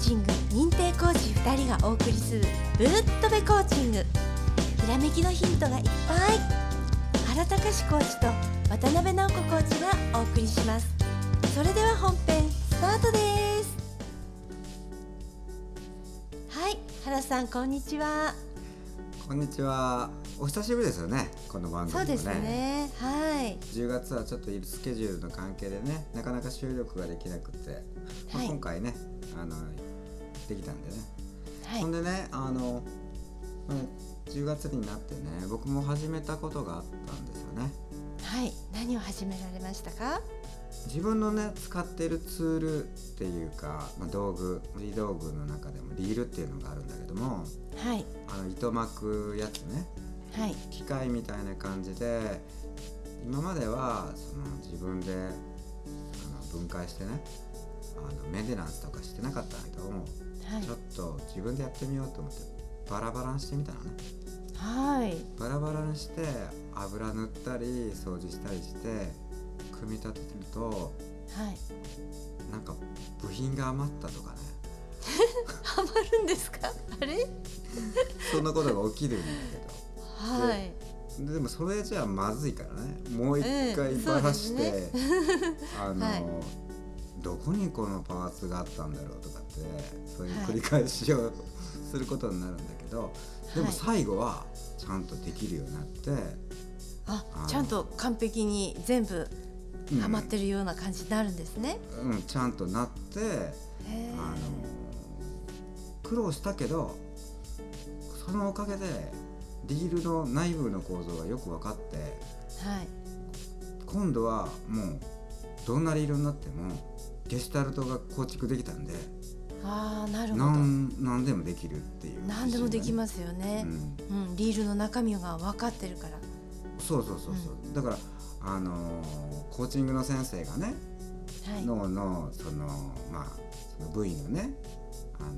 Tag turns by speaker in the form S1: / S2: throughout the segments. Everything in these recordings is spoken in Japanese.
S1: チング認定講師2人がお送りするぶっとべコーチングひらめきのヒントがいっぱい原隆コーチと渡辺直子コーチがお送りしますそれでは本編スタートですはい原さんこんにちは
S2: こんにちは。お久しぶりですよね。この番組も
S1: そう
S2: ね。
S1: ですねはい
S2: 10月はちょっとスケジュールの関係でね、なかなか収録ができなくて、まあ
S1: はい
S2: 今回ね、あのできたんでね。
S1: はい
S2: ほんでね、あの、まあ、10月になってね、僕も始めたことがあったんですよね。
S1: はい何を始められましたか
S2: 自分のね使ってるツールっていうか、まあ、道具リ道具の中でもリールっていうのがあるんだけども
S1: はい
S2: あの糸巻くやつね
S1: はい
S2: 機械みたいな感じで今まではその自分であの分解してねあのメンテナンスとかしてなかったんだけども、
S1: はい
S2: ちょっと自分でやってみようと思ってバラバラにしてみたのね
S1: はい
S2: バラバラにして油塗ったり掃除したりして組み立ててると
S1: はい
S2: なんか部品が余ったとかね
S1: ハマるんですかあれ
S2: そんなことが起きるんだけど。
S1: はい
S2: でもそれじゃまずいからねもう一回
S1: うん
S2: バラして、
S1: そうで
S2: あの、
S1: はい
S2: どこにこのパーツがあったんだろうとかってそういう
S1: はい
S2: 繰り返しをすることになるんだけど、でも
S1: はい
S2: 最後はちゃんとできるようになって、
S1: あ
S2: あの
S1: ちゃんと完璧に全部
S2: うん
S1: ハマってるような感じになるんですね。
S2: うん、ちゃんとなっ
S1: へ
S2: て、
S1: ー
S2: あの苦労したけどそのおかげでリールの内部の構造がよく分かって。
S1: はい
S2: 今度はもうどんなリールになってもゲシュタルトが構築できたんで
S1: あーなるほど
S2: なんなんでもできるっていう
S1: 何でもでき
S2: す、
S1: ますよ
S2: う
S1: ね、
S2: ん、
S1: うんリールの中身が分かってるから
S2: そうそうそうそう、だからあのーコーチングの先生がね、
S1: はい
S2: 脳のそのまあその部位のねあの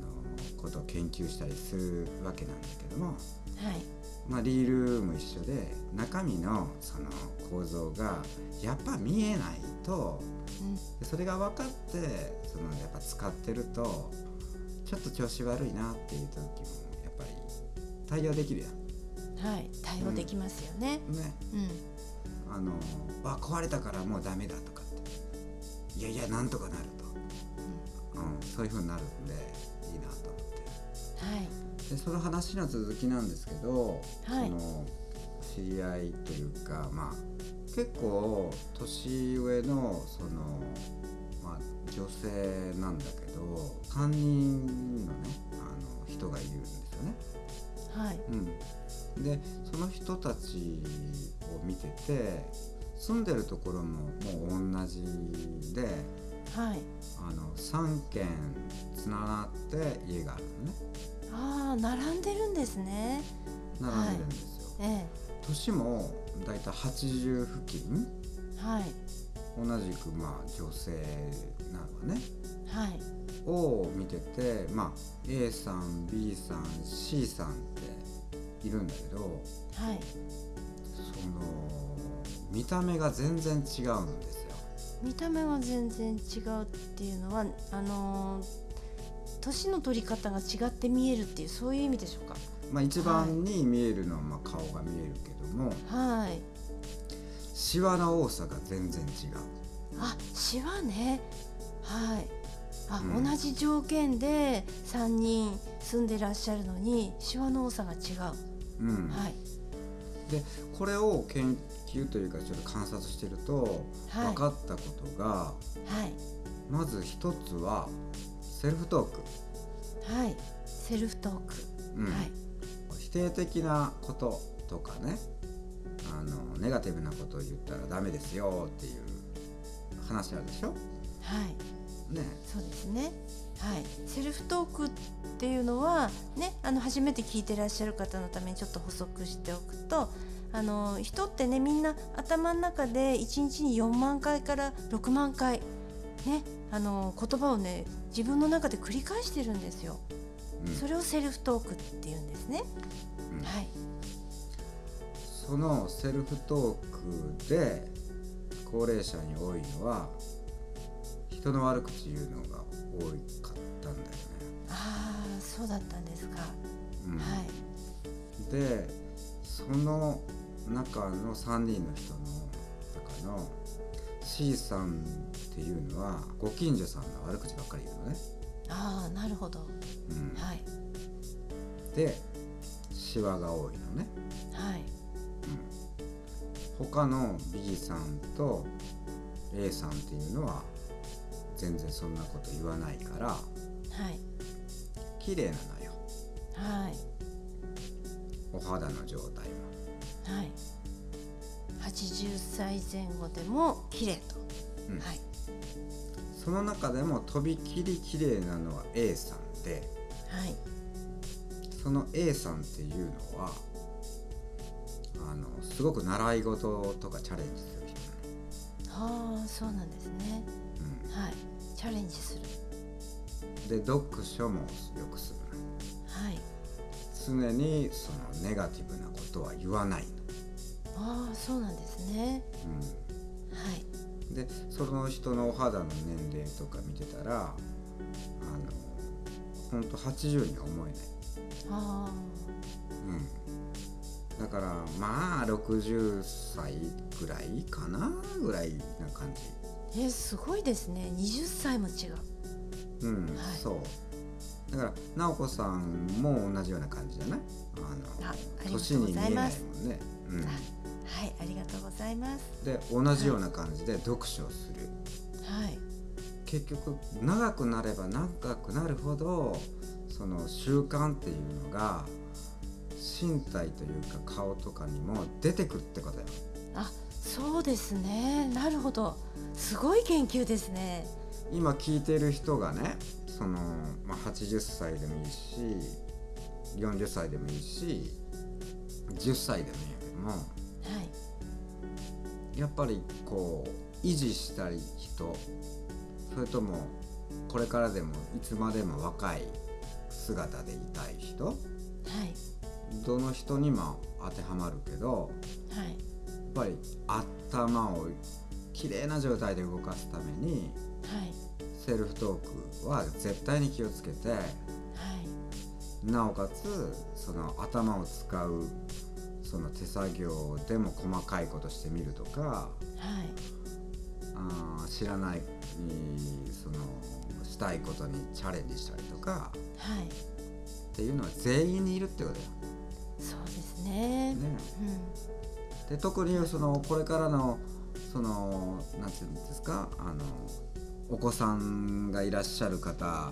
S2: ーことを研究したりするわけなんだけども、
S1: はい
S2: まあ、リールも一緒で中身のその構造がやっぱ見えないと
S1: うん
S2: でそれが分かってそのやっぱ使ってるとちょっと調子悪いなっていう時もやっぱり対応できるやん
S1: はい対応できますよね
S2: ね
S1: うん
S2: あのあ壊れたからもうダメだとかっていやいやなんとかなると、うんそういう風になるんでいいなと思っ
S1: はい
S2: てでその話の続きなんですけど、
S1: はい
S2: その知り合いというかまあ結構年上のその、まあ、女性なんだけど3人のねあの人がいるんですよね。
S1: はい
S2: うん、でその人たちを見てて住んでるところももう同じで
S1: はい
S2: あの3軒つながって家があるのね
S1: ああ並んでるんですね
S2: 並んでるんですよ。
S1: え
S2: 年もだいたい80付近
S1: えはい
S2: 同じくまあ女性なのね
S1: はい
S2: を見てて、まあ、A さん B さん C さんっているんだけど
S1: はい
S2: その見た目が全然違うんですよ。
S1: 見た目が全然違うっていうのはあのー年の取り方が違って見えるっていうそういう意味でしょうか
S2: まあ、一番に見えるのはまあ顔が見えるけども、
S1: はい
S2: シワの多さが全然違う。
S1: あシワねはいあ、
S2: うん
S1: 同じ条件で3人住んでらっしゃるのにシワの多さが違う、
S2: うん
S1: はい
S2: これを研究というかちょっと観察してると
S1: はい
S2: 分かったことが、
S1: はい
S2: まず一つはセルフトーク。
S1: はいセルフトーク、
S2: うん
S1: はい
S2: 否定的なこととかねあのネガティブなことを言ったらダメですよっていう話あるでしょ
S1: はい
S2: ね
S1: そうですねはいセルフトークっていうのはねあの初めて聞いてらっしゃる方のためにちょっと補足しておくとあの人ってねみんな頭の中で1日に4万回から6万回ねあの言葉をね自分の中で繰り返してるんですよ。
S2: うん
S1: それをセルフトークっていうんですね。
S2: うん
S1: はい
S2: そのセルフトークで高齢者に多いのは人の悪口言うのが多かったんだよね
S1: そうだったんですか。
S2: うん
S1: はい。
S2: でその中の3人の人の中の C さんっていうのはご近所さんの悪口ばっかり言うのね、
S1: ああ、なるほど。
S2: うん
S1: はい。
S2: でシワが多いのね
S1: はい。
S2: 他の B さんと A さんっていうのは全然そんなこと言わないから
S1: はい。
S2: 綺麗なのよ
S1: はい。
S2: お肌の状態
S1: はい。八十歳前後でも綺麗と。
S2: うん
S1: はい。
S2: もその中でもとびきり綺麗なのは A さんで
S1: はい。
S2: その A さんっていうのはあのすごく習い事とかチャレンジする人
S1: ああ、そうなんですね。
S2: なの、
S1: はい。チャレンジする。
S2: うん、で読書もよくする
S1: はい。
S2: の常にそのネガティブなことは言わないの、
S1: ああ、そうなんですね。はい。
S2: うん、でその人のお肌の年齢とか見てたらあのほんと80には思えない、
S1: あ
S2: うん、だからまあ60歳ぐらいかなぐらいな感じ
S1: あ。えー、すごいですね。二十歳も違う。
S2: うん、
S1: はい
S2: そうだから直子さんも同じような感じじゃないあの
S1: あありが
S2: 年
S1: とうご
S2: に見
S1: ざ
S2: え
S1: い
S2: な
S1: ま
S2: い
S1: す
S2: もんね、う
S1: あ
S2: ん、
S1: はい、ありがとうございます。
S2: で同じような感じで読書をする、
S1: はい。
S2: 結局長くなれば長くなるほどその習慣っていうのが身体というか顔とかにも出てくるってことよ、
S1: あ、そうですね。なるほど。すごい研究ですね。
S2: 今聞いてる人がねその、まあ、80歳でもいいし40歳でもいいし10歳でもいいんやけども
S1: はい。
S2: やっぱりこう維持したい人それともこれからでもいつまでも若い姿でいたい人
S1: はい。
S2: どの人にも当てはまるけど
S1: はい。
S2: やっぱり頭を綺麗な状態で動かすために
S1: はい。
S2: セルフトークは絶対に気をつけて
S1: はい。
S2: なおかつその頭を使うその手作業でも細かいことしてみるとか
S1: はい。
S2: あー知らないうんそのしたいことにチャレンジしたりとか
S1: はい。
S2: っていうのは全員にいるってことだ
S1: そうですね
S2: よ。ね。
S1: うん。
S2: で特にそのこれからのそのなんていうんですかあのお子さんがいらっしゃる方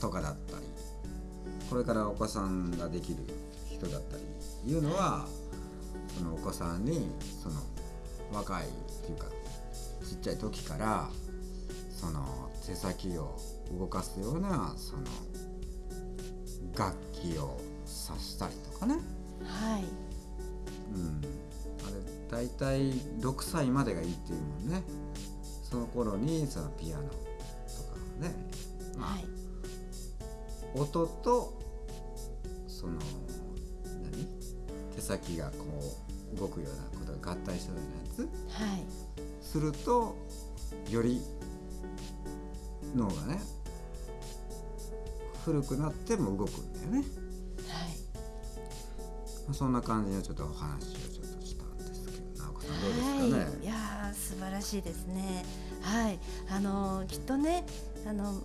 S2: とかだったりこれからお子さんができる人だったりいうのはそのお子さんにその若いっていうかちっちゃい時からその手先を動かすようなその楽器をさしたりとかね。
S1: はい。
S2: うん、あれ大体6歳までがいいっていうもんねその頃にそのピアノとかね、まあ
S1: はい。
S2: 音とその何手先がこう動くようなことが合体したようなや
S1: はい。
S2: つするとより脳がね古くなっても動くんだよね、
S1: はい。
S2: まあそんな感じのちょっとお話をちょっとしたんですけど直子さんどうですかね、
S1: はい、いやー素晴らしいですね。はい、あのーきっとね、あのん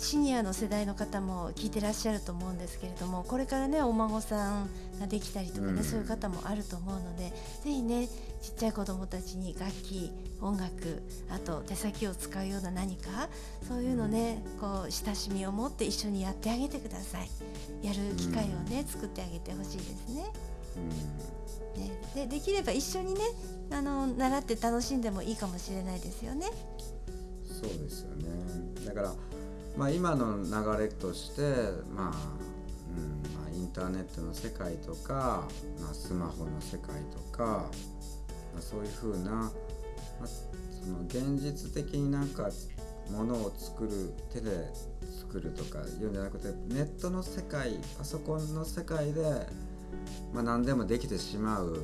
S1: シニアの世代の方も聞いてらっしゃると思うんですけれども、これからねお孫さんができたりとかね、
S2: うん
S1: そういう方もあると思うので、ぜひねちっちゃい子どもたちに楽器、音楽、あと手先を使うような何かそういうのね、こう親しみを持って一緒にやってあげてください。やる機会をね、作ってあげてほしいですね。
S2: うん
S1: ね、でできれば一緒にねあの習って楽しんでもいいかもしれないですよね。
S2: そうですよねだから、まあ、今の流れとして、まあうんまあ、インターネットの世界とか、まあ、スマホの世界とか、まあ、そういうふうな、まあその現実的になんかものを作る手で作るとかいうんじゃなくてネットの世界パソコンの世界で、まあ、何でもできてしまう、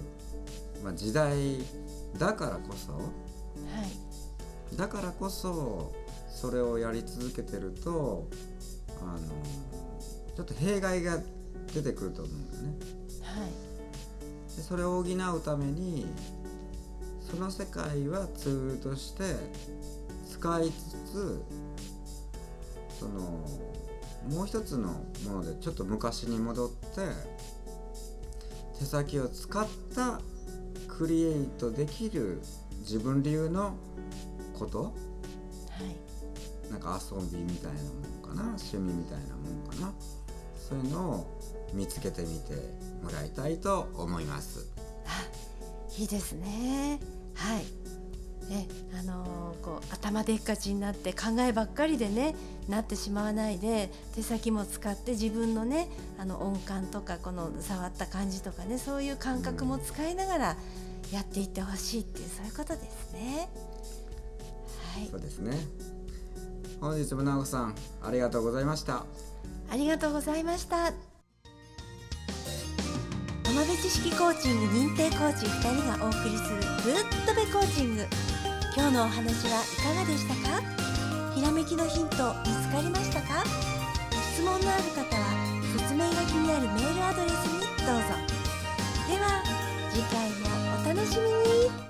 S2: まあ、時代だからこそ
S1: はい、
S2: だからこそそれをやり続けてるとあのちょっと弊害が出てくると思うんだよね
S1: はい
S2: でそれを補うためにその世界はツールとして使いつつそのもう一つのものでちょっと昔に戻って手先を使ったクリエイトできる自分流のこと
S1: はい
S2: なんか遊びみたいなもんかな趣味みたいなもんかなそういうのを見つけてみてもらいたいと思います。
S1: いいですね。はい。ね、あのーこう頭でっかちになって考えばっかりでねなってしまわないで手先も使って自分のねあの音感とかこの触った感じとかねそういう感覚も使いながらやっていってほしいっていうそういうことですね。はい
S2: そ、うですね。本日もなおこさん、ありがとうございました。
S1: ありがとうございました。浜辺知識コーチング認定コーチ2人がお送りするぶっとべコーチング今日のお話はいかがでしたかひらめきのヒント見つかりましたか質問のある方は説明が気になるメールアドレスにどうぞでは次回もお楽しみに